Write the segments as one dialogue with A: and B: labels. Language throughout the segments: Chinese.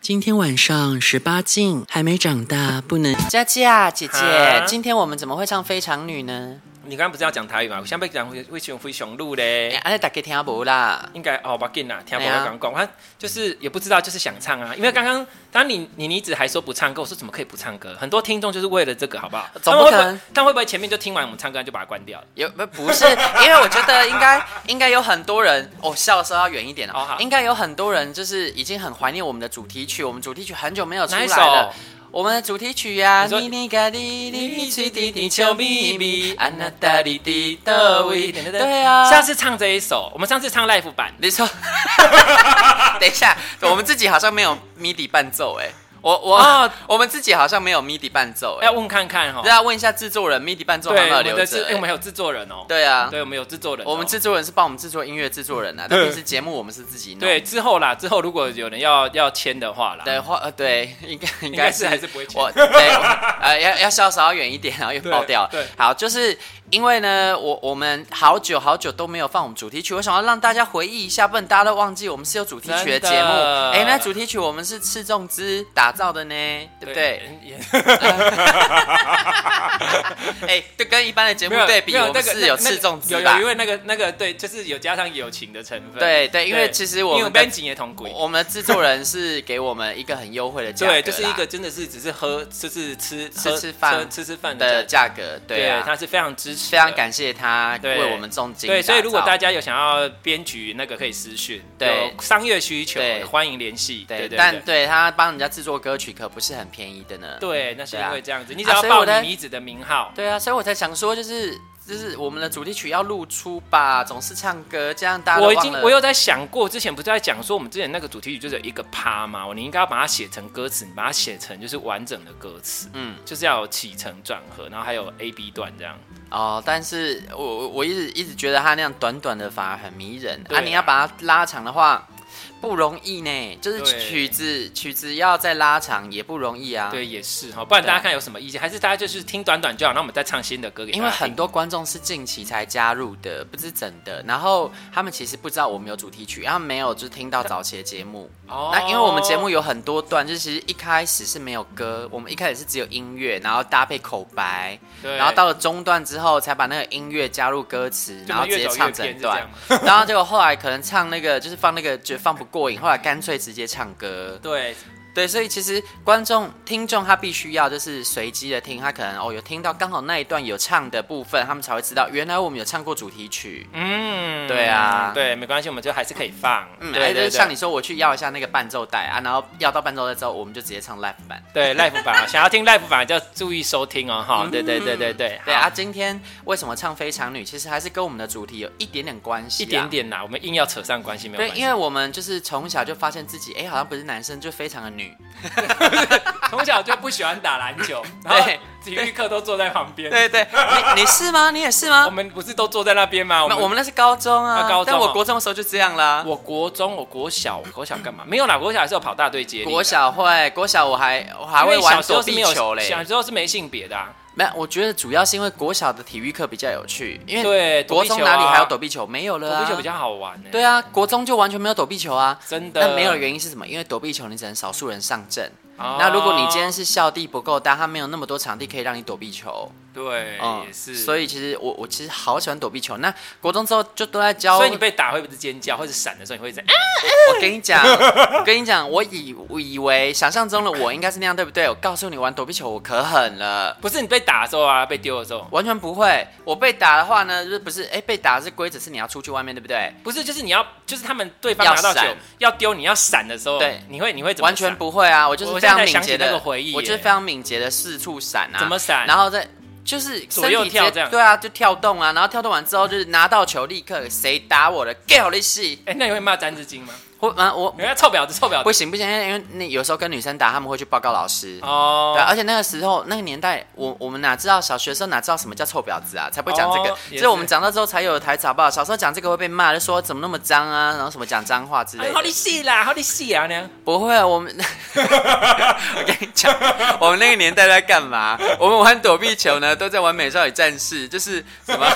A: 今天晚上十八禁，还没长大不能。佳佳姐姐
B: 啊，
A: 今天我们怎么会唱《非常女》呢？
B: 你刚刚不是要讲台语嘛？我现在讲会会讲非常路
A: 哎、
B: 嘞。
A: 啊，大家听无啦。
B: 应该哦，不紧啦，听不
A: 哎呀
B: 到刚讲，他就是也不知道，就是想唱啊。因为刚刚当你你妮子还说不唱歌，我说怎么可以不唱歌？很多听众就是为了这个，好不好？
A: 呃怎么
B: 他们会
A: 可
B: 不
A: 能
B: 会？但会不会前面就听完我们唱歌就把它关掉了？
A: 有不不是， 因为我觉得应该应该有很多人，哦，笑的时候要远一点
B: 哦
A: 啊。
B: 好
A: 应该有很多人就是已经很怀念我们的主题曲，我们主题曲很久没有出
B: 哪
A: 来
B: 一
A: 了
B: 首。？
A: 我们的主题曲呀、啊，
B: 你说
A: 你你嘎滴滴滴滴滴笑咪咪，安娜达
B: 哒
A: 滴滴
B: 哒
A: 到位，对啊，
B: 下次唱这一首，我们上次唱 live 版，
A: 你说， 等一下，我们自己好像没有 MIDI 伴奏哎、我我、
B: 哦
A: 我们自己好像没有 MIDI 伴奏哎、
B: 要问看看哈。
A: 大家问一下制作人 MIDI 伴奏还
B: 对，
A: 没有
B: 我们
A: 留
B: 的制，
A: 着、
B: 哎
A: 哎
B: 我们还有制作人哦。
A: 对啊，
B: 对，我们有制作人哦。
A: 我们制作人是帮我们制作音乐制作人啊，但平时节目我们是自己弄。
B: 对之后啦，之后如果有人要要签的话啦，
A: 的话，呃，哦对，应该应
B: 应
A: 该
B: 该
A: 是
B: 是还是不会签
A: 我对，我呃，要要稍稍远一点，然后又爆掉了。
B: 对对
A: 好，就是因为呢，我我们好久好久都没有放我们主题曲，我想要让大家回忆一下，不然大家都忘记我们是有主题曲
B: 真的
A: 节目。哎，那主题曲我们是赤仲之打造的呢，对不对？
B: 也？也
A: 哎，就跟一般的节目
B: 没有
A: 对比，
B: 没有
A: 我们
B: 那个
A: 是有
B: 那个
A: 赤仲之
B: 有
A: 吧
B: 有因？为那个那个对，就是有加上友情的成分。
A: 对对，因为其实我
B: 因为
A: 们的
B: 边境也同轨，
A: 我们的制作人是给我们一个很优惠的价格啦，
B: 对，就是一个真的是只是喝，就是吃
A: 吃
B: 喝
A: 吃饭
B: 吃吃饭
A: 的
B: 的价，
A: 价格，对
B: 对
A: 啊，
B: 他是非常支持，
A: 非常。感谢他
B: 对
A: 为我们重金打造。
B: 对，所以如果大家有想要编局那个可以私讯，
A: 对
B: 有商业需求
A: 对
B: 欢迎联系。
A: 对
B: 对对，
A: 但
B: 对
A: 对他帮人家制作歌曲可不是很便宜的呢。
B: 对，那是
A: 对啊
B: 因为这样子，你
A: 啊
B: 只要
A: 所以我
B: 报
A: 在
B: 你妮子的名号，
A: 对啊，所以我才想说，就是就是我们的主题曲要露出吧，总是唱歌，这样大家都
B: 我已
A: 忘
B: 经
A: 了
B: 我有在想过，之前不是在讲说我们之前那个主题曲就是有一个趴嘛，我你应该要把它写成歌词，你把它写成就是完整的歌词，
A: 嗯
B: 嗯，就是要有起承转合，然后还有 A B 段这样。
A: 哦，但是我我我一直一直觉得他那样短短的反而很迷人
B: 对啊
A: 你要把它拉长的话。不容易呢，就是
B: 对
A: 曲子曲子要再拉长也不容易啊。，
B: 对，也是哈，不然
A: 对
B: 大家看有什么意见，还是大家就是听短短就好，那我们再唱新的歌给大家
A: 因
B: 听。
A: 为很多观众是近期才加入的，不是真的。然后他们其实不知道我们有主题曲，然后没有就是听到早期的节目。
B: 哦
A: 那因为我们节目有很多段，就是其实一开始是没有歌，我们一开始是只有音乐，然后搭配口白，
B: 对，
A: 然后到了中段之后才把那个音乐加入歌词，
B: 就
A: 然
B: 我
A: 后
B: 们
A: 直
B: 越
A: 接
B: 走
A: 唱
B: 越
A: 整
B: 偏
A: 段。 然后结果后来可能唱那个就是放那个觉得放不过瘾，后来干脆直接唱歌。
B: 对，
A: 对，所以其实观众、听众他必须要就是随机的听，他可能哦有听到刚好那一段有唱的部分，他们才会知道原来我们有唱过主题曲。
B: 嗯，
A: 对啊
B: 对，没关系，我们就还是可以放。
A: 嗯，哎
B: 对
A: 就是
B: 对
A: 像
B: 对
A: 你，说，我去要一下那个伴奏带啊，然后要到伴奏带之后，我们就直接唱 live 版。
B: 对 live 版，想要听 live 版就要注意收听哦，哈，对对对对对，
A: 对
B: 好
A: 啊，，今天为什么唱《非常女》？其实还是跟我们的主题有一点点关系、啊
B: 一点。点啦，我们硬要扯上关系没有
A: 对，
B: 关系
A: 因。为我们就是从小就发现自己，哎、好像不是男生就非常的女。
B: 从小就不喜欢打篮球，
A: 对
B: 然后体育课都坐在旁边。
A: 对对， 你你是吗？你也是吗？
B: 我们不是都坐在那边吗？我
A: 没
B: 们
A: 有我们那是高中啊，
B: 啊高中
A: 但我
B: 哦
A: 国中的时候就这样啦。
B: 我国中，我国小，国小干嘛？没有啦，国小还是有跑大队接力的。
A: 国小会，国小我还我还
B: 因
A: 会
B: 为
A: 玩
B: 小时
A: 躲
B: 候是
A: 避
B: 没
A: 球
B: 有，
A: 嘞。
B: 小时候是没性别的啊。
A: 没有，我觉得主要是因为国小的体育课比较有趣，因为
B: 对，
A: 国中
B: 躲避球
A: 哪
B: 啊
A: 里还有躲避球？没有了、啊，
B: 躲避球比。较好玩呢。
A: 对啊，国中就完全没有躲避球啊。
B: 真的。
A: 那没有的原因是什么？因为躲避球你只能少数人上阵。
B: 哦
A: 那如果你今天是校地不够大，它没有那么多场地可以让你躲避球。哦
B: 对也哎是，
A: 所以其实我我其实好喜欢躲避球。那国中之后就都在教，
B: 所以你被打会不是尖叫，或者闪的时候你会这样。啊
A: 我跟你 讲，我跟你讲，我以我以为想象中的我应该是那样，对不对？我告诉你，玩躲避球我可狠了。
B: 不是你被打的时候啊，被丢的时候，
A: 完全不会。我被打的话呢，就是不是？哎、被打是规则是你要出去外面，对不对？
B: 不是就是你要，就是他们对方
A: 要
B: 拿到球
A: 闪
B: 要丢，你要闪的时候，
A: 对
B: 你会你会怎么
A: 完全
B: 闪
A: 不会啊！我就是
B: 我
A: 非
B: 现在
A: 常敏
B: 想
A: 捷
B: 起
A: 的
B: 那个回忆
A: 我就是
B: 耶
A: 非常敏捷的四处闪啊，
B: 怎么闪
A: 然后再就是
B: 左右
A: 身体直接
B: 跳这样
A: 对啊，就跳动啊，然后跳动完之后就是拿到球立刻谁打我的 get 好利息，
B: 哎、那你会骂詹志金吗？
A: 我啊我
B: 人家臭婊子，臭婊
A: 不
B: 子。
A: 行不行，因为因为那有时候跟女生打，他们会去报告老师。
B: 哦
A: 对，而啊且那个时候那个年代，我我们哪知道小学生哪知道什么叫臭婊子啊，才不会讲这个
B: 哦，
A: 所以
B: 也是
A: 我们长大之后才有台词好不好？小时候讲这个会被骂，就说怎么那么脏啊，然后什么讲脏话之类
B: 哎
A: 的。
B: 好你戏啦，好你戏啊呢？
A: 不会，啊，我们 我跟你讲，我们那个年代在干嘛？ 我们玩躲避球呢，都在玩美少女战士，就是什 么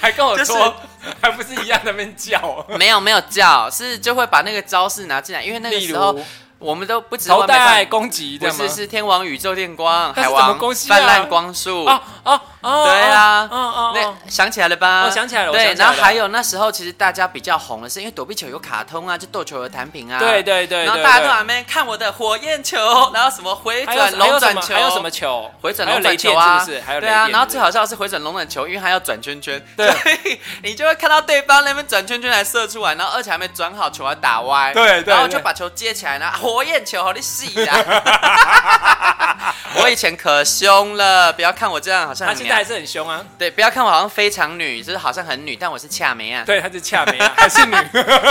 B: 还跟我
A: 就是
B: 说， 还不是一样在那边叫？
A: 没有没有叫，是就会把那个招式拿进来，因为那个
B: 例
A: 时候
B: 如。
A: 我们都不止
B: 朝
A: 完美
B: 代
A: 范，
B: 攻击这
A: 不
B: 样吗
A: 是？是天王宇宙电光
B: 但
A: 海
B: 是怎么
A: 王
B: 攻击啊
A: 泛滥光速
B: 哦哦哦，
A: 对啊
B: 哦哦哦，
A: 那想起来了吧？
B: 我想起来了我
A: 对，
B: 想起来
A: 然后
B: 了
A: 还有那时候其实大家比较红的是因为躲避球有卡通啊，就斗球有弹屏啊。
B: 对对对，
A: 然后
B: 对
A: 大家都
B: 对
A: 在那边看我的火焰球，然后什么回
B: 还有
A: 转
B: 什还有
A: 龙
B: 什
A: 转
B: 么
A: 球，
B: 还有什么球？
A: 回转
B: 还有
A: 龙转
B: 雷电
A: 球啊？
B: 是不是？还有
A: 对啊，
B: 雷电
A: 然后最
B: 是
A: 好笑的是回转龙转球，因为它要转圈圈，
B: 对
A: 所以 你就会看到对方那边转圈圈还射出来，然后而且还没转好球还打歪，
B: 对对
A: 然后就
B: 对
A: 把球接起来，然后啊火焰球好你细啊！ 我以前可凶了，不要看我这样，好
B: 不是
A: 像
B: 他
A: 很
B: 现在
A: 娘
B: 还是很凶啊，
A: 对，不要看我好像非常女，就是好像很女，但我是恰梅啊。
B: 对，他是恰梅啊，还 是女，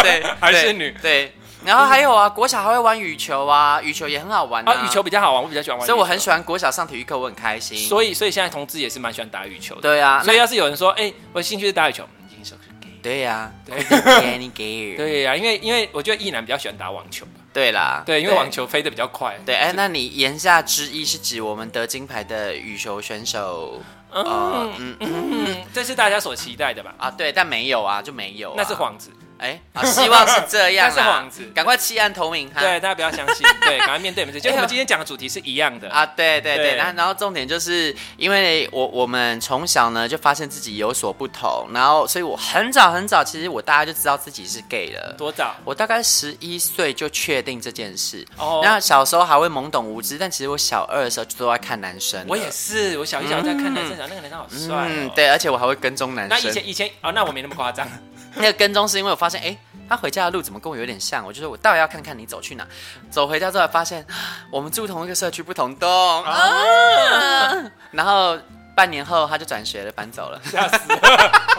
A: 对，
B: 还
A: 对
B: 是女
A: 对。然后还有啊，国小还会玩羽球啊，羽球也很好玩
B: 啊，羽球，比较好玩，我比较喜欢玩，
A: 所以我很喜欢国小上体育课，我很开心。
B: 所以所以现在同志也是蛮喜欢打羽球的，
A: 对啊，
B: 所
A: 那
B: 以要是有人说，哎，我兴趣是打羽球，嗯你是不是 gay
A: 对呀、
B: 对
A: 啊，你给对
B: 对呀，因为因为我觉得一男比较喜欢打网球吧，
A: 对啦，
B: 对，因为网球飞得比较快，
A: 对，哎，那你言下之意是指我们得金牌的羽球选手？呃
B: 嗯
A: 嗯
B: 嗯，这是大家所期待的吧？
A: 啊，对，但没有啊，就没有、啊，
B: 那是幌子，
A: 哎啊，希望是这样啦，
B: 那是幌子
A: 赶快弃暗投明哈。
B: 对，大家不要相信， 对，赶快面对我们自己。就
A: 哎
B: 我
A: 呀
B: 们今天讲的主题是一样 的，
A: 啊，对对对，
B: 对
A: 然后然后重点就是因为我我们从小呢就发现自己有所不同，然后所以我很早很早，其实我大概就知道自己是 gay 了。
B: 多早？
A: 我大概十一岁就确定这件事，
B: 哦
A: 然后小时候还会懵懂无知，但其实我小二的时候就都在看男生了。
B: 我也是，我小一小二在看男生，想那个男生好帅、哦。
A: 嗯，。对，而且我还会跟踪男
B: 那以
A: 生。
B: 前以前哦，那我没那么夸张。哦
A: 那个跟踪是因为我发现，哎、他回家的路怎么跟我有点像？我就说我到底要看看你走去哪。走回家之后发现，啊我们住同一个社区，不同栋啊。然后半年后他就转学了，搬走了。
B: 吓死了！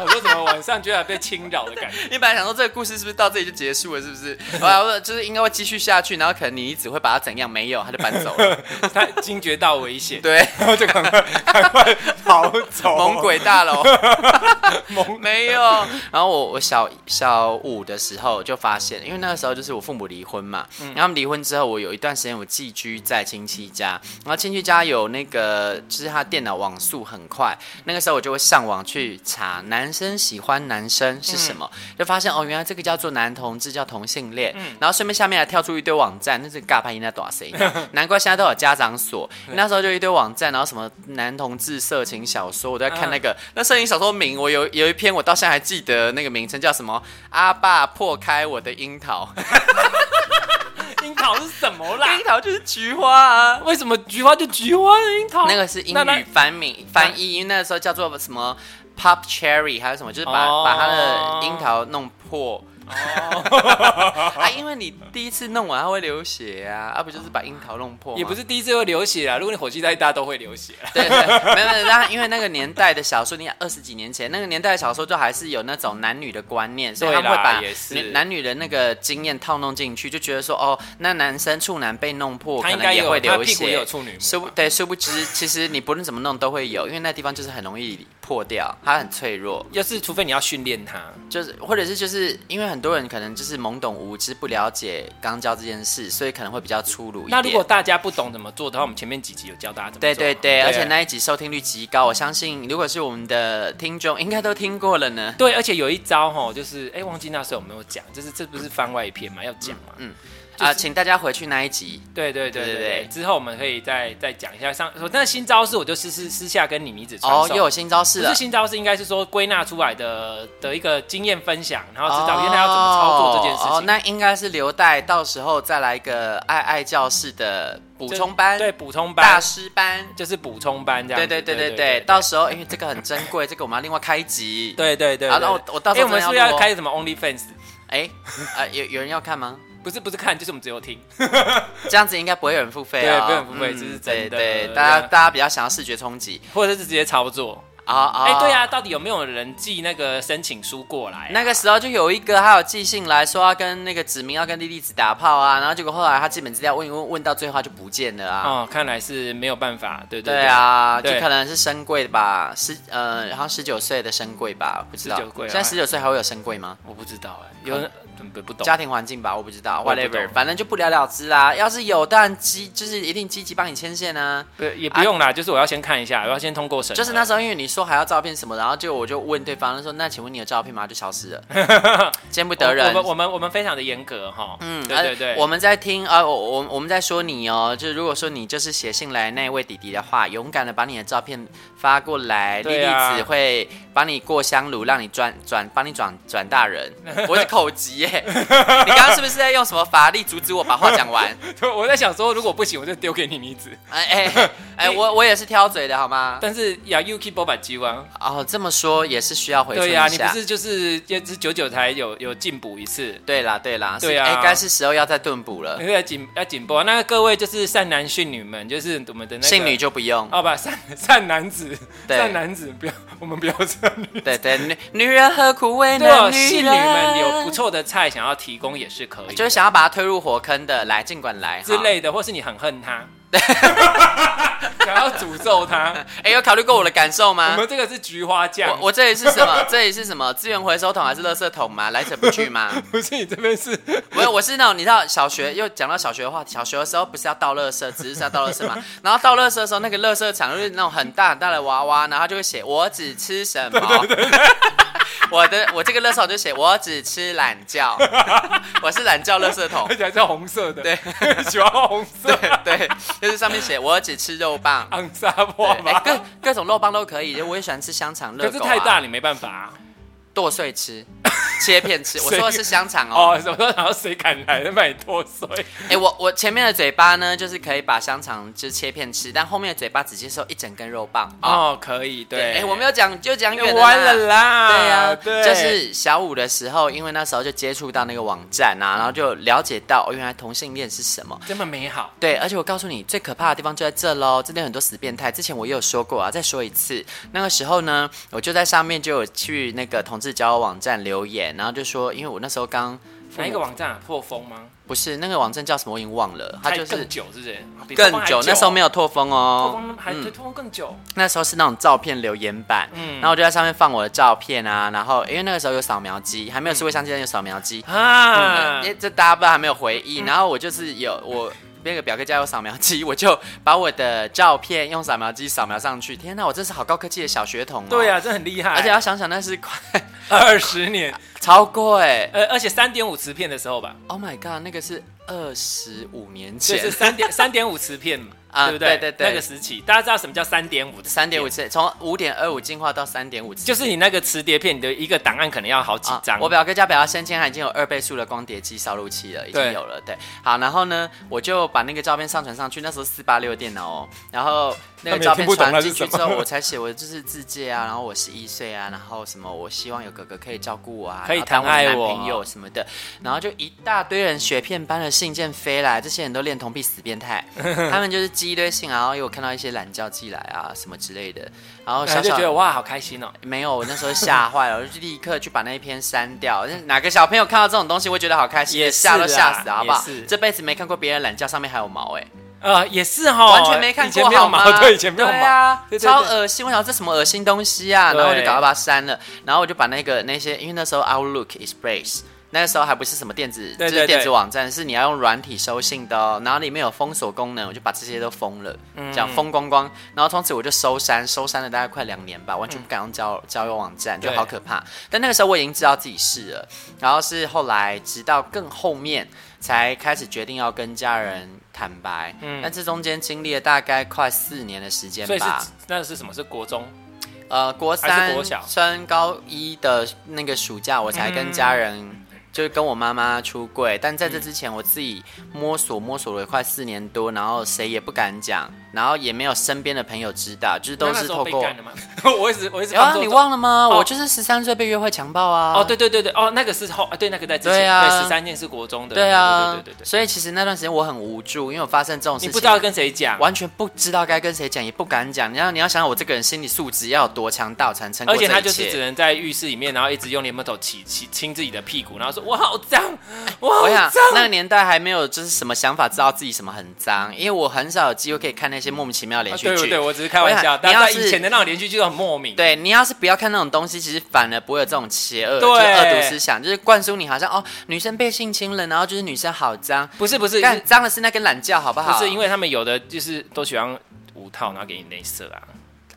B: 我说怎么晚上居然被侵扰的感觉？
A: 你本来想说这个故事是不是到这里就结束了？是不是？啊，我就是应该会继续下去，然后可能你只会把他怎样？没有，他就搬走 了。
B: 他惊觉到危险，
A: 对，
B: 然后就赶快赶快跑走。
A: 猛鬼大楼。
B: 猛
A: 没有。然后我我小小五的时候就发现，因为那个时候就是我父母离婚嘛，然后他们离婚之后，我有一段时间我寄居在亲戚家，然后亲戚家有那个就是他电脑网速很快，那个时候我就会上网去查男生喜欢男生是什么，就发现哦，原来这个叫做男同志，叫同性恋，然后顺便下面还跳出一堆网站，那是尬拍应该多谁？难怪现在都有家长锁，那时候就一堆网站，然后什么男同志色情小说，我都在看那个。那色情小说名，我有有一篇我到现在还记得，那个名称叫什么？阿爸破开我的樱桃，
B: 樱桃是什么啦
A: 樱？桃就是菊花啊。
B: 为什么菊花就菊花的樱桃？
A: 那个是英
B: 那那
A: 语翻名翻译，因为那时候叫做什么 pop cherry 还有什么，就是把、
B: 哦
A: 把它的樱桃弄破。
B: 哦
A: 啊，因为你第一次弄完它会流血啊，啊不就是把樱桃弄破吗？
B: 也不是第一次会流血啊啦。如果你火气太大，都会流血啦。
A: 对对，没有没有，那因为那个年代的小说，你想二十几年前那个年代的小说，就还是有那种男女的观念，所以他们
B: 对啦
A: 会把
B: 也是
A: 女男女的那个经验套弄进去，就觉得说哦，那男生处男被弄破，
B: 他
A: 可
B: 应
A: 能
B: 该
A: 也
B: 有，
A: 会
B: 他
A: 流
B: 屁股也有
A: 血。
B: 处女
A: 殊
B: 膜
A: 不
B: 吧。
A: 对，殊不知其实你不论怎么弄都会有，因为那地方就是很容易破掉，它很脆弱，
B: 要是除非你要训练他，
A: 就是或者是就是因为很多人可能就是懵懂无知，不了解肛交这件事，所以可能会比较粗鲁一点。
B: 那如果大家不懂怎么做的话，我们前面几集有教大家怎么做
A: 对
B: 嘛。啊
A: 对嗯对，而且那一集收听率极高，我相信如果是我们的听众，应该都听过了呢。
B: 对，而且有一招哈，就是哎，忘记那时候有没有讲，就是这不是番外篇嘛，要讲嘛。
A: 啊、请大家回去那一集。
B: 对对
A: 对
B: 对对
A: 对
B: 对
A: 对，
B: 之后我们可以再再讲一下上。我那新招式，我就私私私下跟你妮子传
A: 哦，
B: 授。
A: 又有新招式
B: 不
A: 了
B: 是。新招式，应该是说归纳出来的的一个经验分享，然后知
A: 哦
B: 道原来要怎么操作这件事
A: 哦，
B: 情。
A: 那应该是留待到时候再来一个爱爱教室的补
B: 就
A: 充班、
B: 对补充
A: 大
B: 班
A: 师班。
B: 就是补充班这样
A: 对对
B: 子。
A: 对
B: 对
A: 对对，到时候因哎为这个很珍贵，这个我们要另外开集。
B: 对对对。
A: 好，啊那我
B: 对
A: 我到时
B: 哎，
A: 候
B: 我们是
A: 真
B: 不
A: 的
B: 是要
A: 录哦
B: 开？什么 OnlyFans？
A: 哎，啊，有有人要看吗？
B: 不是不是看，就是我们只有听。
A: 这样子应该不会有人付费啊，
B: 对不会有人付费这是真的
A: 对对，大家
B: 对啊
A: 大家比较想要视觉冲击
B: 或者是直接操作。
A: 啊啊！
B: 哎、对啊，到底有没有人寄那个申请书过来啊、
A: 那个时候就有一个，他有寄信来说要跟那个子明要跟莉莉子打炮啊，然后结果后来他基本资料问一问，问到最后他就不见了啊。
B: 哦，看来是没有办法，对对
A: 对，啊，就
B: 对
A: 可能是深柜吧，十呃，好像十九岁的深柜吧，不知道。
B: 19柜啊
A: 现在十九岁还会有深柜吗？
B: 我不知道哎、有人很不不懂。
A: 家庭环境吧，我不知道
B: 我也不
A: ，whatever，
B: 懂
A: 反正就不了了之啦。要是有，当然积就是一定积极帮你牵线啊。
B: 不也不用啦，就是我要先看一下，我要先通过审核，
A: 就是那时候，因为你说还要照片什么，然后就我就问对方说：“那请问你有照片吗？”就消失了， 见不得人。
B: 我我们我们我们非常的严格哈，嗯，对对对，
A: 呃我们在听啊，我我我们在说你哦，就是如果说你就是写信来那位弟弟的话，勇敢的把你的照片发过来，莉
B: 对
A: 莉
B: 啊
A: 子会帮你过香炉，让你转转帮你转转大人。 我是口急耶， 你刚刚是不是在用什么法力阻止我把话讲完？
B: 我在想说，如果不行，我就丢给你妮子。
A: 哎哎 哎，我我也是挑嘴的好吗？
B: 但是呀，Yuki Boba 机啊，
A: 哦，这么说也是需要回春
B: 对
A: 一
B: 呀、
A: 下。
B: 你不是就是也只久久才有有进补一次，
A: 对啦对啦，是
B: 对啊
A: 哎，该是时候要再炖补了
B: 因，为要紧要紧播。那各位就是善男信女们，就是我们的那个
A: 信女就不用。
B: 哦，不善善男子，
A: 对
B: 善男子不要，我们不要善女。
A: 对对，女女人何苦为
B: 对哦，
A: 难
B: 信
A: 女
B: 女
A: 人？
B: 们有不错的菜想要提供也是可以的，
A: 就是想要把他推入火坑的，来，尽管来
B: 之。
A: 哈
B: 类的，或是你很 恨他，想要诅咒他。
A: 哎、有考虑过我的感受
B: 我
A: 吗？
B: 们这个是菊花
A: 啊我
B: 酱，
A: 我这里是什么？这里是什么？资源回收桶还是垃圾桶吗？来者不拒 吗？
B: 不是你这边是
A: 我我是那种你知道小学又讲到小学的话，小学的时候不是要倒垃圾，只是要倒垃圾嘛。然后倒垃圾的时候，那个垃圾场就是那种很大很大的娃娃，然后就会写我只吃什么。我的我这个垃圾桶就写我只吃懒觉， 我是懒觉垃圾 桶
B: 而。且还是红色的，
A: 哦对，
B: 喜欢红色，
A: 对，就是上面写我只吃肉棒。
B: 昂沙
A: 对，
B: 波
A: 哎
B: 吧。
A: 各各种肉棒都可以，我也喜欢吃香肠、热
B: 可
A: 狗、
B: 是
A: 啊。
B: 太大，你没办法啊。
A: 剁碎吃， 切片吃。我
B: 谁
A: 说的是香肠哦。
B: 哦，什么时候想要谁敢来卖你剁碎？
A: 哎、我我前面的嘴巴呢，就是可以把香肠就是切片吃，但后面的嘴巴只接受一整根肉棒哦。
B: 哦，可以，对。哎
A: 哎、我没有讲，就讲远
B: 完了
A: 啦。
B: 啦。
A: 对呀、
B: 对，
A: 就是小五的时候，因为那时候就接触到那个网站啊，然后就了解到、哦、原来同性恋是什么。
B: 这么美好。
A: 对，而且我告诉你，最可怕的地方就在这喽，这边很多死变态。之前我也有说过啊，再说一次，那个时候呢，我就在上面就有去那个同志交友网站留言，然后就说，因为我那时候刚父
B: 哪一
A: 母
B: 个网站啊？破风吗？
A: 不是那个网站叫什么，我已经忘了，它就
B: 还
A: 是
B: 更久，是不是？啊比破
A: 更
B: 风
A: 久，
B: 还
A: 那时候没有拓风
B: 破
A: 哦，
B: 风还对破风更久。
A: 那时候是那种照片留言板，
B: 嗯
A: 然后我就在上面放我的照片啊，然后因为那个时候有扫描机，还没有智慧相机，但有扫描机，
B: 啊
A: 嗯，因为这大家不知道还没有回忆，然后我就是有我那个表哥家有扫描机，我就把我的照片用扫描机扫描上去。天哪，我真是好高科技的小学童哦！
B: 对、啊，这很厉害，
A: 而且要想想那是快
B: 二十年，
A: 超过哎、
B: 呃，而且三点五磁片的时 候吧，
A: o h my god，那个是二十五年
B: 就
A: 前，
B: 是三点三点五磁片嘛，
A: 啊
B: 对不
A: 对对
B: 对
A: 对
B: 那个时期，大家知道什么叫三点五？
A: 三点五，次，从五点二五进化到三点五次。
B: 就是你那个磁碟片，你的一个档案可能要好几张。
A: 啊我表哥家表哥先前还已经有二倍速的光碟机烧录器了，已经
B: 对
A: 有了。对，好，然后呢，我就把那个照片上传上去，那时候四八六电脑哦，然后那个
B: 他们也
A: 照
B: 听
A: 片
B: 不懂
A: 传
B: 那
A: 进去
B: 是
A: 之
B: 什
A: 后，
B: 么
A: 我才写我就是自介啊，然后我十一岁啊，然后什么我希望有哥哥可以照顾我啊，
B: 可以
A: 然后当
B: 疼爱
A: 我的
B: 我
A: 男朋友什么的，然后就一大堆人雪片般的信件飞来，这些人都恋童癖死变 态，他们就是寄一堆信，然后有看到一些懒觉寄来啊什么之类的，然后
B: 然后
A: 小
B: 就
A: 小
B: 觉得哇，好开心哦！
A: 没有，我那时候吓坏了，我就立刻去把那一篇删 掉。那哪个小朋友看到这种东西，会觉得好开心，
B: 也是
A: 吓
B: 啊
A: 都吓死了，好不好
B: 也是？
A: 这辈子没看过别人懒觉上面还有毛、哎、
B: 呃，也是哈，
A: 完全没看
B: 以
A: 过，
B: 前没有
A: 好吗
B: 毛， 对，以前没有
A: 对
B: 毛，
A: 啊，
B: 对对对
A: 超恶心！我想这什么恶心东西啊？然后我就
B: 对
A: 赶快把它删了，然后我就把那个那些，因为那时候 Outlook、Express。那个时候还不是什么电子，
B: 对对
A: 就是电子
B: 对
A: 网站，是你要用软体收信的哦。然后里面有封锁功能，我就把这些都封了，
B: 嗯
A: 这样封光光。然后从此我就收山，收山了大概快两年吧，完全不敢用交交友网站，就
B: 对
A: 好可怕。但那个时候我已经知道自己是了，然后是后来直到更后面才开始决定要跟家人坦白。嗯，但这中间经历了大概快四年的时间
B: 所以是
A: 吧。
B: 那是什么？是国中
A: 呃，国
B: 还
A: 三、
B: 是国小
A: 升高一的那个暑假，我才跟家人。
B: 嗯
A: 就是跟我妈妈出柜，但在这之前，我自己摸索摸索了快四年多，然后谁也不敢讲，然后也没有身边的朋友知道，就是都
B: 那那
A: 是
B: 时候
A: 透
B: 被
A: 过。
B: 干的吗？ 我一直我一直
A: 有啊，
B: 放
A: 你
B: 错
A: 忘了吗？
B: 哦
A: 我就是十三岁被约会强暴啊！
B: 哦，对对对对，哦，那个是后啊，对，那个在之前，
A: 对啊
B: 对，十三件是国中的，
A: 对啊，
B: 对对对对对，
A: 所以其实那段时间我很无助，因为我发生这种事情，
B: 你
A: 啊
B: 不知道跟谁讲，
A: 完全不知道该跟谁讲，也不敢讲。然后你要想想，我这个人心理素质要有多强大，我才能撑过
B: 而
A: 这一
B: 且
A: 切。
B: 他就是只能在浴室里面，然后一直用莲蓬头起起亲自己的屁股，然后说我好 脏，我好
A: 我想
B: 脏。
A: 那个年代还没有就是什么想法，知道自己什么很脏，因为我很少有机会可以看那些莫名其妙的连
B: 啊
A: 续
B: 对
A: 剧。
B: 对对，我只是开玩笑。
A: 我想
B: 大
A: 你
B: 家
A: 要
B: 知道以
A: 是
B: 前的那种连续剧都很莫名。
A: 对你要是不要看那种东西，其实反而不会有这种邪恶，
B: 对
A: 就是恶毒思想，就是灌输你好像哦，女生被性侵了，然后就是女生好脏，
B: 不是不是，
A: 干脏的是那根懒觉，好不
B: 不
A: 好？
B: 是因为他们有的就是都喜欢无套，然后给你内射啊。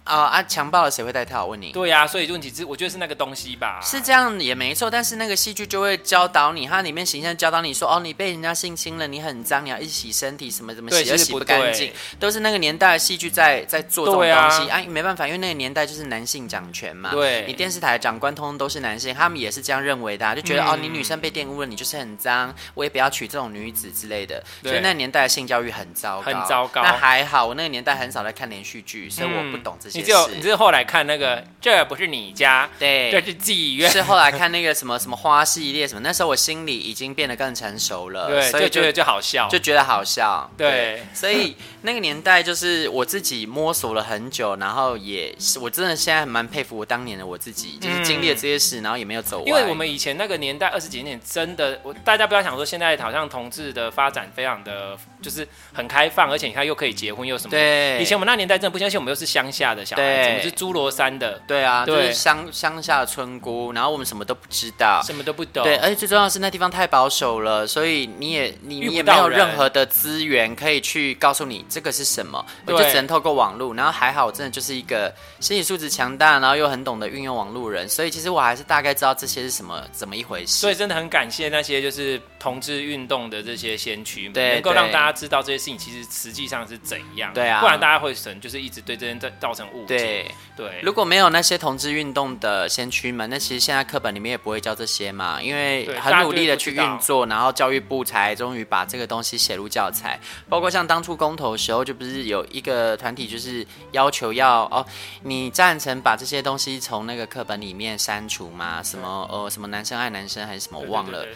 A: 啊、啊，强暴了谁会带套？我问你。
B: 对呀、所以问题是我觉得是那个东西
A: 啊
B: 吧。
A: 是这样也没错，但是那个戏剧就会教导你，它里面形象教导你说，哦，你被人家性侵了，你很脏，你要一起洗身体，什么什么
B: 对
A: 洗都
B: 其实
A: 洗
B: 不
A: 干
B: 对
A: 净，都是那个年代的戏剧在在做这种
B: 对啊
A: 东西啊没办法，因为那个年代就是男性掌权嘛，
B: 对
A: 你电视台长官通通都是男性，他们也是这样认为的、啊，就觉得、
B: 嗯
A: 哦，你女生被玷污了，你就是很脏，我也不要娶这种女子之类的，所以
B: 对
A: 那个年代的性教育很糟糕，
B: 很糟糕
A: 那还好，我那个年代很少在看连续剧，所以我不懂这些
B: 嗯你
A: 事
B: 只。有你只有后来看那个，这不是你家，
A: 对，
B: 这是妓院。
A: 是后来看那个什么什么花系列什么，那时候我心里已经变得更成熟了，
B: 对，
A: 所以
B: 就
A: 就
B: 觉得就好笑。
A: 就觉得好笑。
B: 对
A: 所以那个年代就是我自己摸索了很久，然后也是我真的现在蛮佩服我当年的我自己，就是经历了这些事，然后也没有走歪。
B: 因为我们以前那个年代，二十几年前真的，我大家不要想说现在好像同志的发展非常的就是很开放，而且你看又可以结婚又什么。，
A: 对
B: 以前我们那年代真的不行，而且我们又是乡下的小孩子，
A: 对
B: 我们是侏罗山的，
A: 对啊，就
B: 对
A: 是乡乡下的村姑，然后我们什么都不知道。
B: 什么都不懂。嗯
A: 对，而且最重要的是那地方太保守了，所以你也你
B: 遇不
A: 你也没有
B: 到人
A: 任何的资源可以去告诉你这个是什么，我就
B: 对
A: 只能透过网络。然后还好，我真的就是一个心理素质强大，然后又很懂得运用网络人，所以其实我还是大概知道这些是什么怎么一回事。
B: 所以真的很感谢那些就是同志运动的这些先驱们，
A: 对
B: 能够
A: 对
B: 让大家知道这些事情其实实际上是怎样。
A: 对啊
B: 不然大家会神就是一直对这件事造成误解。
A: 对，
B: 对，
A: 如果没有那些同志运动的先驱们，那其实现在课本里面也不会教这些嘛，因为
B: 嗯对
A: 很努力的去
B: 大家就
A: 运
B: 不知
A: 作，然后教育部才终于把这个东西写入教材。包括像当初公投的时候，就不是有一个团体就是要求要哦，你赞成把这些东西从那个课本里面删除吗？什么呃什么男生爱男生还是什么
B: 对
A: 我忘了
B: 对，对对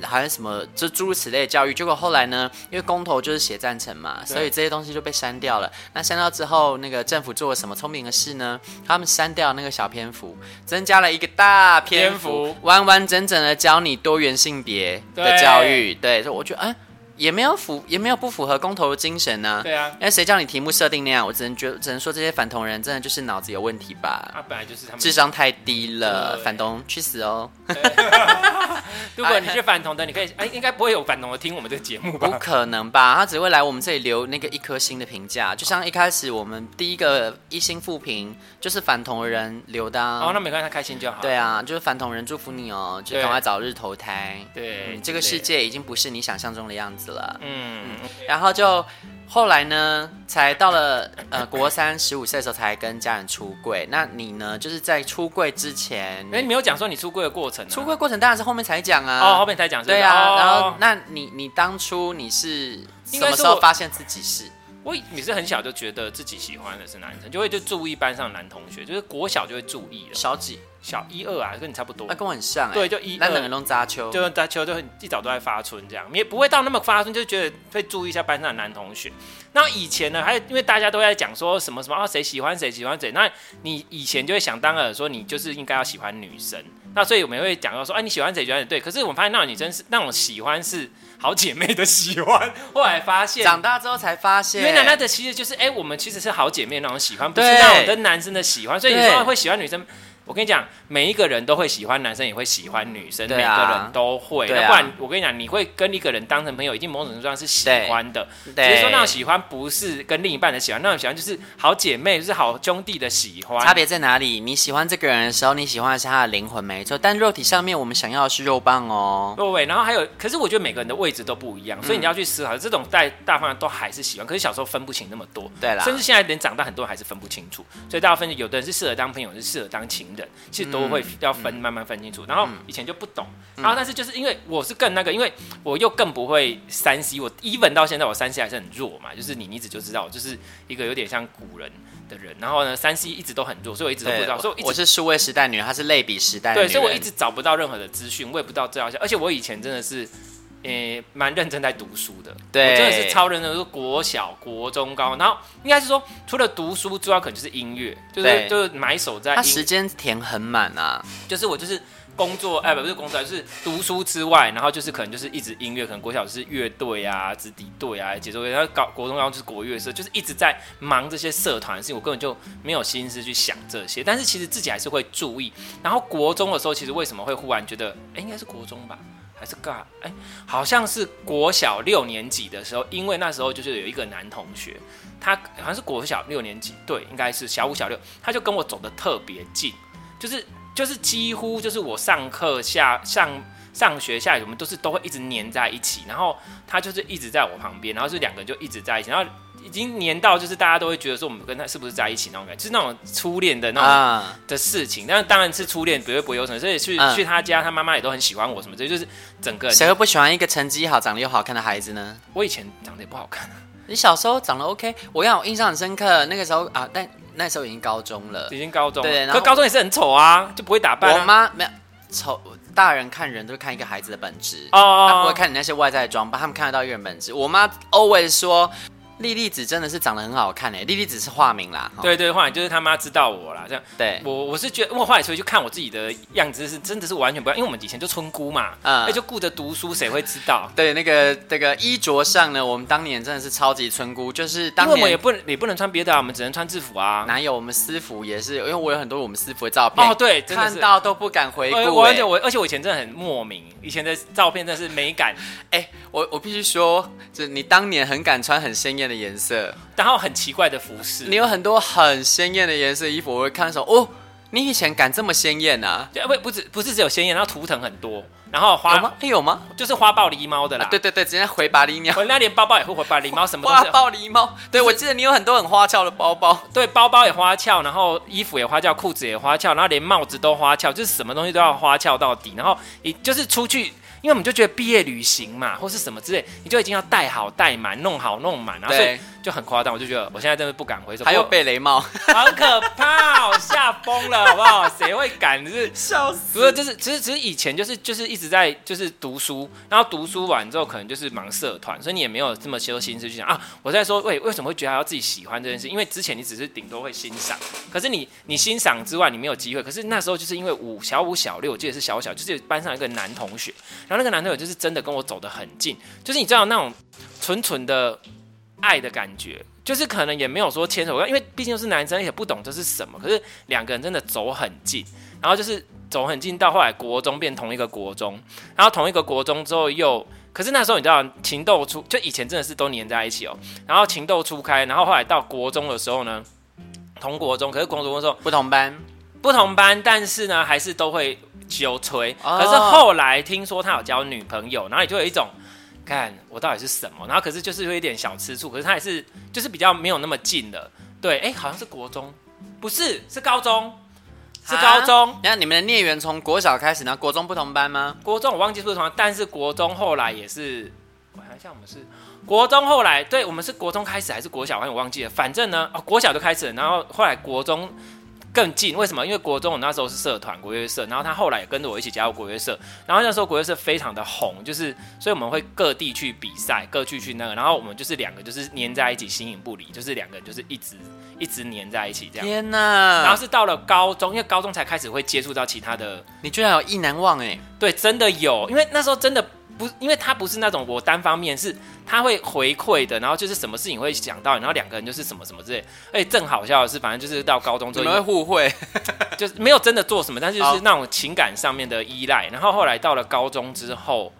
A: 还还是什么，就诸如此类的教育。结果后来呢，因为公投就是写赞成嘛，所以这些东西就被删掉了。那删掉之后，那个政府做了什么聪明的事呢？他们删掉那个小篇幅，增加了一个大篇幅，
B: 篇幅
A: 完完整整的教你多元性别的
B: 对
A: 教育。对，所以我觉得，哎、也没有符，也没有不符合公投的精神呢、
B: 对啊，
A: 那谁叫你题目设定那样？我只能觉，只能说这些反同人真的就是脑子有问题吧，
B: 啊，本来就是他们
A: 智。商太低了，
B: 对
A: 反同去死哦！
B: 如果你
A: 啊
B: 是反同的，你可以哎，应该不会有反同的听我们这个节目
A: 不
B: 吧？
A: 可能吧？他只会来我们这里留那个一颗星的评价，就像一开始我们第一个一星复评就是反同人留的、啊。
B: 哦，那没关系，他开心就好。
A: 对啊，就是反同人祝福你哦，就
B: 对
A: 赶快早日投胎。
B: 对
A: 嗯，这个
B: 之类
A: 世
B: 的
A: 界已经不是你想象中的样子了。
B: 嗯，
A: 然后就后来呢，才到了呃国三十五岁的时候才跟家人出柜。那你呢？就是在出柜之前，
B: 哎，你没有讲说你出柜的过程啊。
A: 出柜过程当然是后面才讲啊。
B: 哦，后面才讲。是不是
A: 对啊，
B: 哦
A: 然后那你你当初你是什
B: 应该
A: 么
B: 是
A: 时候
B: 我
A: 发现自己是？
B: 我也是很小就觉得自己喜欢的是男生，就会就注意班上的男同学，就是国小就会注意了，
A: 少几，
B: 小一二啊，跟你差不多
A: 那、。跟我很像哎、
B: 对，，就一
A: 那
B: 二
A: 冷人弄扎秋，
B: 就大球就很一早都在发春，这样也不会到那么发春，就觉得会注意一下班上的男同学。那以前呢，还因为大家都在讲说什么什么啊，谁喜欢谁喜欢谁，那你以前就会想当然说你就是应该要喜欢女生。那所以我们会讲到说，哎、你喜欢谁喜欢谁对。可是我们发现那种女生是那种喜欢是好姐妹的喜欢， 后来发现。
A: 长大之后才发现，
B: 因为奶奶的其实就是，哎、我们其实是好姐妹那种喜欢，不是
A: 对
B: 那种跟男生的喜欢，所以你
A: 对
B: 说会喜欢女生。我跟你讲，每一个人都会喜欢男生，也会喜欢女生，
A: 对
B: 每
A: 啊
B: 个人都会。
A: 对啊
B: 那不然，我跟你讲，你会跟一个人当成朋友，一定某种程度上是喜欢的。只
A: 对
B: 是说那种喜欢不是跟另一半的喜欢，那种喜欢就是好姐妹，就是好兄弟的喜欢。
A: 差别在哪里？你喜欢这个人的时候，你喜欢的是他的灵魂，没错，但肉体上面我们想要的是肉棒哦。
B: 对然后还有，可是我觉得每个人的位置都不一样，所以你要去思考，这种在大方向都还是喜欢，可是小时候分不清那么多，
A: 对啦
B: 甚至现在连长大很多人还是分不清楚，所以大家分有的人是适合当朋友，有的是适合当情人，其实都
A: 嗯
B: 会要分、慢慢分清楚。然后以前就不懂，然后但是就是因为我是更那个，因为我又更不会三 C，我 even 到现在我三 C 还是很弱嘛，就是你一直就知道，我就是一个有点像古人的人，然后呢三 C 一直都很弱，所以我一直都不知道，所以
A: 我
B: 我一直
A: 我是数位时代女人，她是类比时代女
B: 对，
A: 人。
B: 所以我一直找不到任何的资讯，我也不知道这要而且我以前真的是，呃，蛮认真在读书的，
A: 对
B: 我真的是超认真，就是国小、国中、高，然后应该是说除了读书之外，可能就是音乐，就
A: 对
B: 是就是埋首在
A: 她
B: 音
A: 时间填很满啊，
B: 就是我就是工作，哎，不是工作，就是读书之外，然后就是可能就是一直音乐，可能国小是乐队啊、子弟队啊、节奏乐，然后搞国中然后就是国乐社，就是一直在忙这些社团的事情，我根本就没有心思去想这些。但是其实自己还是会注意。然后国中的时候，其实为什么会忽然觉得，哎，应该是国中吧？还是尬哎，好像是国小六年级的时候，因为那时候就是有一个男同学，他好像是国小六年级，对，应该是小五小六，他就跟我走的特别近，就是就是几乎就是我上课下上上学下来，我们都是都会一直黏在一起，然后他就是一直在我旁边，然后是两个人就一直在一起，然后已经黏到就是大家都会觉得说我们跟他是不是在一起那种感觉，就是那种初恋的那种
A: 啊，
B: 的事情，但当然是初恋，绝对不会有什么。所以去、
A: 嗯
B: 去他家，他妈妈也都很喜欢我什么，这就是整个人
A: 谁会不喜欢一个成绩好、长得又好看的孩子呢？
B: 我以前长得也不好看，
A: 你小时候长得 OK，我让我印象很深刻。那个时候啊，但那时候已经高中了
B: 已。经高中了，
A: 对然后
B: 可高中也是很丑啊，就不会打扮、
A: 我
B: 啊。
A: 妈没有丑，大人看人都是看一个孩子的本质，
B: 哦哦，
A: 他不会
B: 哦
A: 看你那些外在的装扮，他们看得到一个人本质。我妈 always 说，莉莉子真的是长得很好看诶、欸莉莉子是化名啦。哈
B: 对对，后来就是他妈知道我啦，这样。
A: 对，
B: 我我是觉得，我后来所以去看我自己的样子是真的是完全不一样，因为我们以前就村姑嘛，
A: 嗯
B: 那、就顾着读书，谁会知道？
A: 对，那个这个衣着上呢，我们当年真的是超级村姑，就是
B: 因
A: 当
B: 为我们也
A: 年
B: 不能也不能穿别的、啊，我们只能穿制服啊。
A: 哪有我们私服也是，因为我有很多我们私服的照片，
B: 哦，对，真的
A: 看
B: 是。
A: 到都不敢回顾、
B: 哎我我而且
A: 欸
B: 我而且我以前真的很莫名，以前的照片真的是美感
A: 哎、我我必须说，就是你当年很敢穿很鲜艳的颜色，
B: 然后很奇怪的服饰。
A: 你有很多很鲜艳的颜色衣服，我会看的时候，哦，你以前敢这么鲜艳啊？
B: 对，不不止不是只有鲜艳，然后图腾很多，然后
A: 有
B: 花
A: 吗？哎有吗？
B: 就是花豹狸猫的啦。
A: 啊，对，对对，直接回拔狸鸟，
B: 我那连包包也会花豹狸猫，什么
A: 花
B: 东西？啊
A: 豹狸猫。对，我记得你有很多很花俏的包包。
B: 对，包包也花俏，然后衣服也花俏，裤子也花俏，然后连帽子都花俏，就是什么东西都要花俏到底。然后也就是出去，因为我们就觉得毕业旅行嘛，或是什么之类，你就已经要带好带满，弄好弄满，然后所以
A: 对，
B: 就很夸张。我就觉得我现在真的不敢回首，
A: 还有
B: 不过
A: 贝雷帽，
B: 好可怕、哦，吓疯了，好不好？谁会敢？就是
A: 笑死！
B: 不是，就是其实其实以前就是就是一直在就是读书，然后读书完之后可能就是忙社团，所以你也没有这么多心思去想啊。我在说，喂，为什么会觉得还要自己喜欢这件事？因为之前你只是顶多会欣赏，可是你你欣赏之外，你没有机会。可是那时候就是因为五小五小六，我记得是小小，就是有班上有一个男同学，然后那个男同学就是真的跟我走得很近，就是你知道那种纯纯的爱的感觉。就是可能也没有说牵手，因为毕竟是男生，也不懂这是什么。可是两个人真的走很近，然后就是走很近，到后来国中变同一个国中，然后同一个国中之后又，可是那时候你知道情窦初，就以前真的是都黏在一起哦，然后情窦初开，然后后来到国中的时候呢，同国中，可是国中的时候
A: 不同班，
B: 不同班，但是呢还是都会纠吹，
A: 哦
B: 可是后来听说他有交女朋友，然后你就有一种。看我到底是什么，然后可是就是有一点小吃醋，可是他还是就是比较没有那么近了。对，哎、好像是国中，不是是高中，是高
A: 啊
B: 中，
A: 那你们的孽缘从国小开始，然后国中不同班吗？
B: 国中我忘记是不是同样，但是国中后来也是，我想一下，我们是国中后来，对我们是国中开始还是国小，我忘记了，反正呢，哦，国小就开始了，然后后来国中更近，为什么？因为国中我那时候是社团国乐社，然后他后来也跟着我一起加入国乐社，然后那时候国乐社非常的红，就是所以我们会各地去比赛，各去去那个，然后我们就是两个就是黏在一起，形影不离，就是两个人就是一直一直黏在一起这样。
A: 天啊
B: 然后
A: 哪！
B: 是到了高中，因为高中才开始会接触到其他的
A: 你居然有意难忘哎、
B: 对，真的有，因为那时候真的不，因为他不是那种我单方面，是他会回馈的，然后就是什么事情会想到你，然后两个人就是什么什么之类。而且正好笑的是，反正就是到高中之
A: 你
B: 后，
A: 们会互惠？
B: 就是没有真的做什么，但是就
A: 好
B: 是那种情感上面的依赖。然后后来到了高中之后，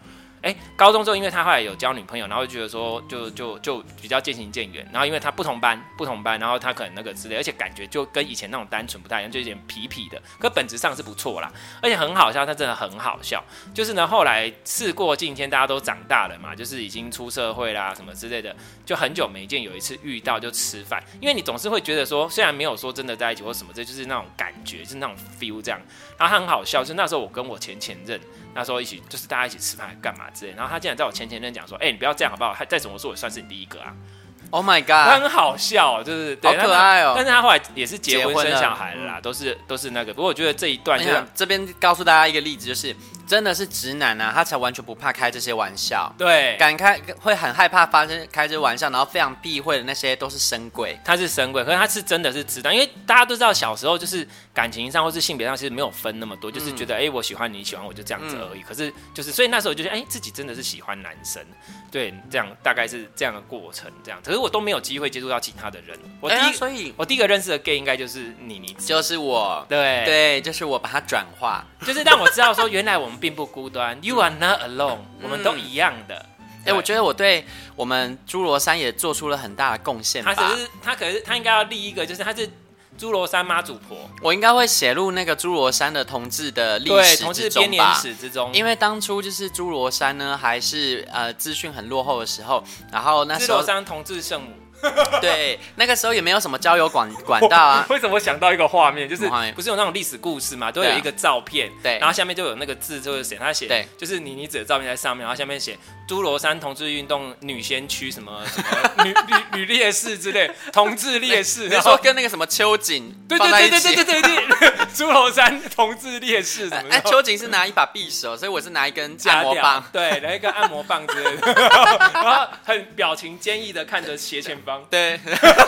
B: 哎、高中之后，因为他后来有交女朋友，然后就觉得说就就就比较渐行渐远。然后因为他不同班，不同班，然后他可能那个之类，而且感觉就跟以前那种单纯不太一样，就有点痞痞的，可本质上是不错啦。而且很好笑，他真的很好笑。就是呢，后来事过境迁，大家都长大了嘛，就是已经出社会啦什么之类的，就很久没见。有一次遇到就吃饭，因为你总是会觉得说，虽然没有说真的在一起或什么，这就是那种感觉，就是那种 feel 这样。然后他很好笑，就是那时候我跟我前前任那时候一起，就是大家一起吃饭干嘛之类的，然后他竟然在我前前任讲说，哎、你不要这样好不好？他再怎么说也算是你第一个啊。
A: Oh my
B: 他
A: god！
B: 很好笑，就是对，
A: 好可爱哦
B: 但是他但是他后来也是结婚
A: 结婚
B: 生
A: 了
B: 小孩了啦，都是都是那个。不过我觉得这一段
A: 我
B: 就是
A: 想哎这边告诉大家一个例子，就是真的是直男啊，他才完全不怕开这些玩笑，
B: 对，
A: 敢开会很害怕发生开这些玩笑，然后非常避讳的那些都是深贵。
B: 他是神鬼，可是他是真的是知道，因为大家都知道小时候就是感情上或是性别上其实没有分那么多，就是觉得哎、
A: 嗯
B: 诶我喜欢你，你喜欢我就这样子而已。可是就是所以那时候我就觉得哎、诶自己真的是喜欢男生，对，这样大概是这样的过程，这样。可是我都没有机会接触到其他的人，我第
A: 哎
B: 一、
A: 呀所以
B: 我第一个认识的 gay 应该就是你，你
A: 就是我，
B: 对，
A: 对，就是我把它转化。
B: 就是让我知道说原来我们并不孤单，You are not alone，、我们都一样的。
A: 嗯哎，
B: 对
A: 我觉得我对我们侏罗山也做出了很大的贡献
B: 他
A: 吧
B: 只。是他可是他应该要立一个，就是他是侏罗山妈祖婆。
A: 我应该会写入那个侏罗山的同志的历
B: 对，
A: 史
B: 同志
A: 之
B: 编
A: 中
B: 年
A: 吧。
B: 史之中，
A: 因为当初就是侏罗山呢，还是呃资讯很落后的时候，然后那
B: 智
A: 时
B: 罗
A: 候
B: 山啊同志圣母。，
A: 对那个时候也没有什么交友管管道啊
B: 为什么想到一个画面，就是
A: 什么画面
B: 不是有那种历史故事嘛，都
A: 对
B: 有
A: 啊
B: 一个照片，
A: 对
B: 然后下面就有那个字，就是写他写
A: 对，
B: 就是你你指的照片在上面，然后下面写侏罗山同志运动女先驱什么什 么女女女烈士之类，同志烈士，
A: 你
B: 然
A: 说
B: 后
A: 跟那个什么秋瑾
B: 对
A: 放
B: 对
A: 在一
B: 对
A: 起
B: 对对对对对，侏罗山同志烈士什 么
A: 哎，
B: 的。
A: 秋瑾是拿一把匕首，所以我是拿一根
B: 夹
A: 按
B: 掉
A: 摩棒。
B: 对，来一个按摩棒之 类的，然后很表情坚毅的看着斜前方，
A: 对，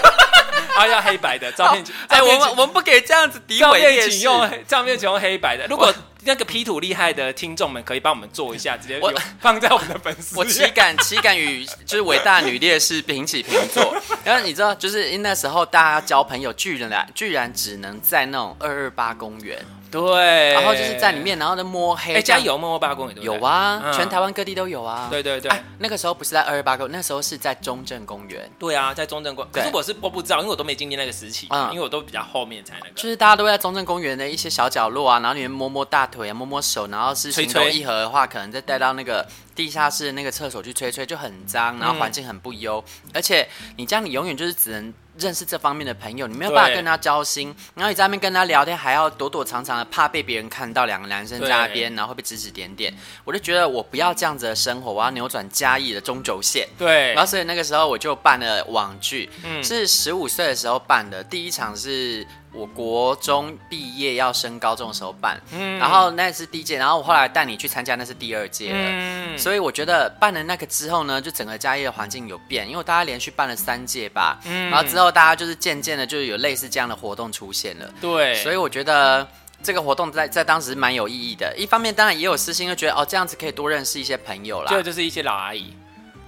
B: 然后要黑白的照片，
A: 哎，
B: 照片
A: 我们我们不可以这样子诋
B: 照
A: 毁
B: 片
A: 烈
B: 请
A: 士。
B: 用 黑照片请用黑白的。如果那个 P 图厉害的听众们可以帮我们做一下，直接
A: 我
B: 有放在我们的粉丝页。
A: 我岂 敢岂敢与就是伟大女烈士平起平坐？ 然后你知道，就是因为那时候大家交朋友，居然来居然只能在那种二二八公园，
B: 对，
A: 然后就是在里。面，然后在摸黑。
B: 哎，
A: 这样
B: 家有默默八公也都
A: 有，啊，
B: 嗯
A: 全台湾各地都有啊。
B: 对对对
A: 哎，那个时候不是在二二八公园，那时候是在中正公园，
B: 对啊，在中正过。可
A: 对
B: 是我是我不知道，因为我都没经历那个时期，
A: 嗯
B: 因为我都比较后面才那
A: 就
B: 个。
A: 是大家都会在中正公园的一些小角落啊，然后你们摸摸大腿啊，摸摸手，然后是
B: 吹
A: 情投
B: 吹
A: 意合的话，可能再带到那个地下室那个厕所去吹吹，就很
B: 嗯
A: 脏，然后环境很不优，而且你这样你永远就是只能。认识这方面的朋友，你没有办法
B: 对
A: 跟他交心，然后你在那边跟他聊天，还要躲躲藏藏的，怕被别人看到两个男生在那边，然后会被指指点点。我就觉得我不要这样子的生活，我要扭转嘉义的中轴线。
B: 对
A: 然，后所以那个时候我就办了网剧，
B: 嗯
A: 是十五岁的时候办的，第一场是我国中毕业要升高中的时候办，
B: 嗯
A: 然后那是第一届，然后我后来带你去参加那是第二届了。
B: 嗯，
A: 所以我觉得办了那个之后呢，就整个嘉义的环境有变，因为大家连续办了三届吧，
B: 嗯
A: 然后之后大家就是渐渐的就有类似这样的活动出现了。
B: 嗯对，
A: 所以我觉得这个活动在在当时蛮有意义的。一方面当然也有私心，就觉得哦这样子可以多认识一些朋友啦。
B: 这就是一些老阿姨。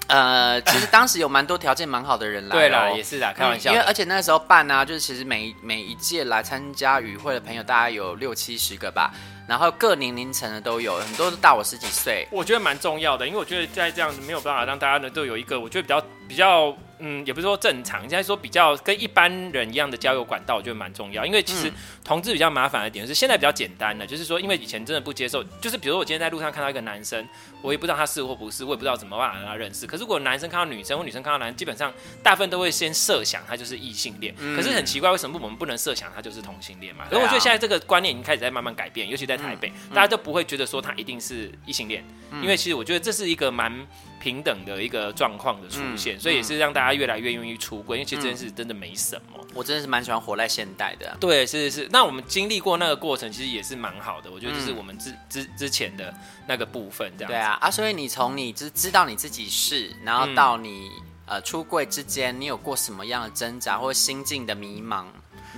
A: 呃，其实当时有蛮多条件蛮好的人来、哦，
B: 对啦，也是啦，开玩笑
A: 因
B: 的。
A: 为而且那时候办啊，就是其实每一每一届来参加与会的朋友，大概有六七十个吧，然后各年龄层的都有，很多都大我十几岁。
B: 我觉得蛮重要的，因为我觉得在这样子没有办法让大家呢都有一个我觉得比较比较嗯，也不是说正常，应该说比较跟一般人一样的交友管道，我觉得蛮重要。因为其实同志比较麻烦的点是现在比较简单了，就是说因为以前真的不接受，就是比如说我今天在路上看到一个男生，我也不知道他是或不是，我也不知道怎么办法让他认识。可是如果男生看到女生或女生看到男生，基本上大部分都会先设想他就是异性恋。可是很奇怪，为什么我们不能设想他就是同性恋嘛？所以我觉
A: 对啊
B: 得现在这个观念已经开始在慢慢改变，尤其在台北，大家都不会觉得说他一定是异性恋。因为其实我觉得这是一个蛮平等的一个状况的出现，所以也是让大家越来越愿意出柜，因为其实这件事真的没什么。
A: 我真的是蛮喜欢活在现代的啊、
B: 对，是是是。那我们经历过那个过程，其实也是蛮好的。我觉得这是我们之、之之前的那个部分，这样
A: 对
B: 子。
A: 啊啊！所以你从你知知道你自己是，然后到你、呃出柜之间，你有过什么样的挣扎或心境的迷茫、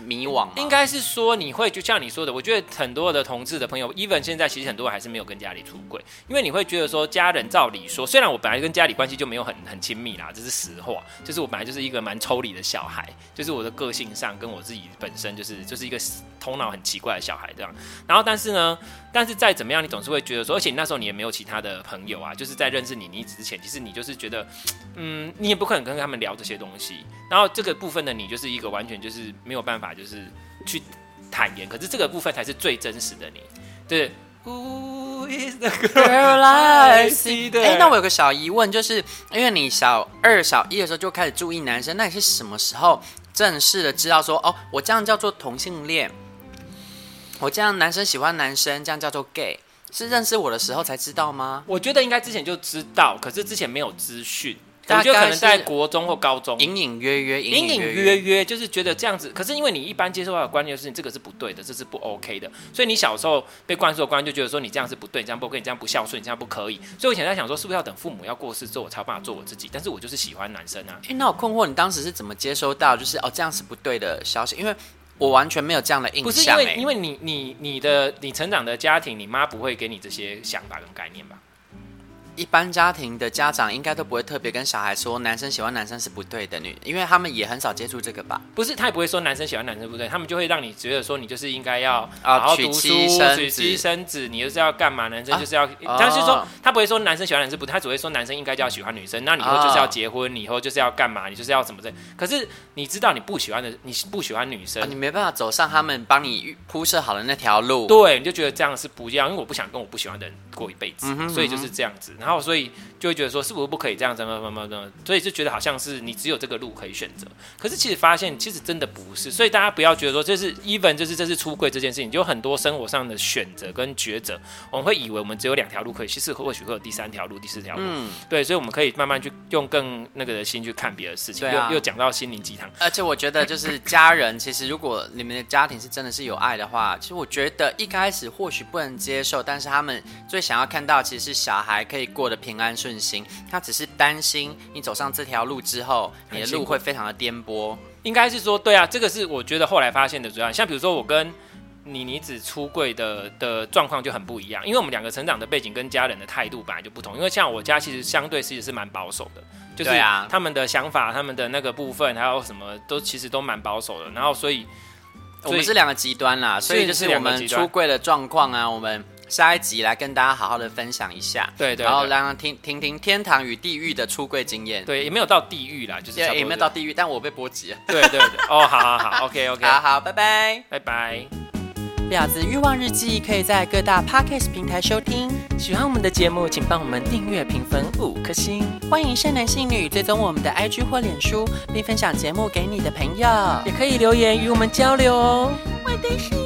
A: 迷惘吗？
B: 应该是说你会就像你说的，我觉得很多的同志的朋友，even 现在其实很多人还是没有跟家里出轨，因为你会觉得说家人照理说，虽然我本来跟家里关系就没有很很亲密啦，这是实话，就是我本来就是一个蛮抽离的小孩，就是我的个性上跟我自己本身就是就是一个头脑很奇怪的小孩这样。然后但是呢，但是再怎么样，你总是会觉得说，而且你那时候你也没有其他的朋友啊，就是在认识你你之前，其实你就是觉得嗯，你也不可能跟他们聊这些东西。然后这个部分的你就是一个完全就是没有办法，就是去坦言。可是这个部分才是最真实的你，对。Who is the girl I see？
A: 哎、
B: 的
A: 那我有个小疑问，就是因为你小二、小一的时候就开始注意男生，那你是什么时候正式的知道说，哦，我这样叫做同性恋，我这样男生喜欢男生，这样叫做 gay，是认识我的时候才知道吗？
B: 我觉得应该之前就知道，可是之前没有资讯。我就可能在
A: 大概是
B: 国中或高中，
A: 隐隐约约，
B: 隐隐
A: 隐
B: 约
A: 约，
B: 约就是觉得这样子，可是因为你一般接受到的观念就是这个是不对的，这是不 OK 的，所以你小时候被灌输的观念就觉得说你这样是不对，你这样不 OK，你这样不孝顺，你这样不可以。所以我以前在想说，是不是要等父母要过世之后，我才有办法做我自己？但是我就是喜欢男生啊，
A: 哎、那我困惑，你当时是怎么接收到就是哦这样是不对的消息？因为我完全没有这样的印
B: 不是因
A: 象、
B: 为
A: 欸，
B: 因为你你你的你成长的家庭，你妈不会给你这些想法跟概念吧？
A: 一般家庭的家长应该都不会特别跟小孩说男生喜欢男生是不对的，女，因为他们也很少接触这个吧。
B: 不是，他也不会说男生喜欢男生不对，他们就会让你觉得说你就是应该要
A: 啊
B: 好好
A: 娶
B: 读书
A: 妻，生
B: 娶
A: 子
B: 妻生子，你就是要干嘛？男生
A: 啊
B: 就是要，
A: 哦
B: 他是说他不会说男生喜欢男生不对，他只会说男生应该就要喜欢女生，那你以后就是要结婚，你以后就是要干嘛？你就是要什么的。可是你知道你不喜欢的，你不喜欢女生，
A: 啊，你没办法走上他们帮你预铺设好的那条路。
B: 对，你就觉得这样是不一样，因为我不想跟我不喜欢的人过一辈子，
A: 嗯哼
B: 所以就是这样子。然后所以就会觉得说，是不是不可以这样？怎么怎么怎么？所以就觉得好像是你只有这个路可以选择。可是其实发现，其实真的不是。所以大家不要觉得说，这是 even 就是这是出柜这件事情，就有很多生活上的选择跟抉择，我们会以为我们只有两条路可以，其实或许会有第三条路、第四条路。
A: 嗯，
B: 对，所以我们可以慢慢去用更那个的心去看别的事情。
A: 对啊
B: 又又讲到心灵鸡汤，
A: 而且我觉得，就是家人，其实如果你们的家庭是真的是有爱的话，其实我觉得一开始或许不能接受，但是他们最想要看到，其实是小孩可以过得平安顺心。他只是担心你走上这条路之后，你的
B: 很辛苦
A: 路会非常的颠簸。
B: 应该是说，对啊，这个是我觉得后来发现的主要。像比如说我跟妮妮子出柜的的状况就很不一样，因为我们两个成长的背景跟家人的态度本来就不同。因为像我家其实相对其实是蛮保守的，就是
A: 对啊
B: 他们的想法、他们的那个部分，还有什么都其实都蛮保守的。然后所以
A: 我们是两个极端啦，所以就是是
B: 两
A: 我
B: 个
A: 们
B: 极端
A: 出柜的状况啊，我们下一集来跟大家好好的分享一下，
B: 对对
A: 然后
B: 对
A: 让他听听听天堂与地狱的出柜经验。
B: 对也没有到地狱啦，就是差不
A: 也
B: 多
A: 也没有
B: 这
A: 到
B: 样
A: 地狱，但我被波及了。
B: 对对对哦，好好好，OK OK，
A: 好好，拜拜。
B: 拜拜。
A: 婊子欲望日记可以在各大 podcast 平台收听，
B: 喜欢我们的节目，请帮我们订阅、评分五颗星。
A: 欢迎善男信女追踪我们的 IG 或脸书，并分享节目给你的朋友。
B: 也可以留言与我们交流哦。
C: 我的世
B: 嗯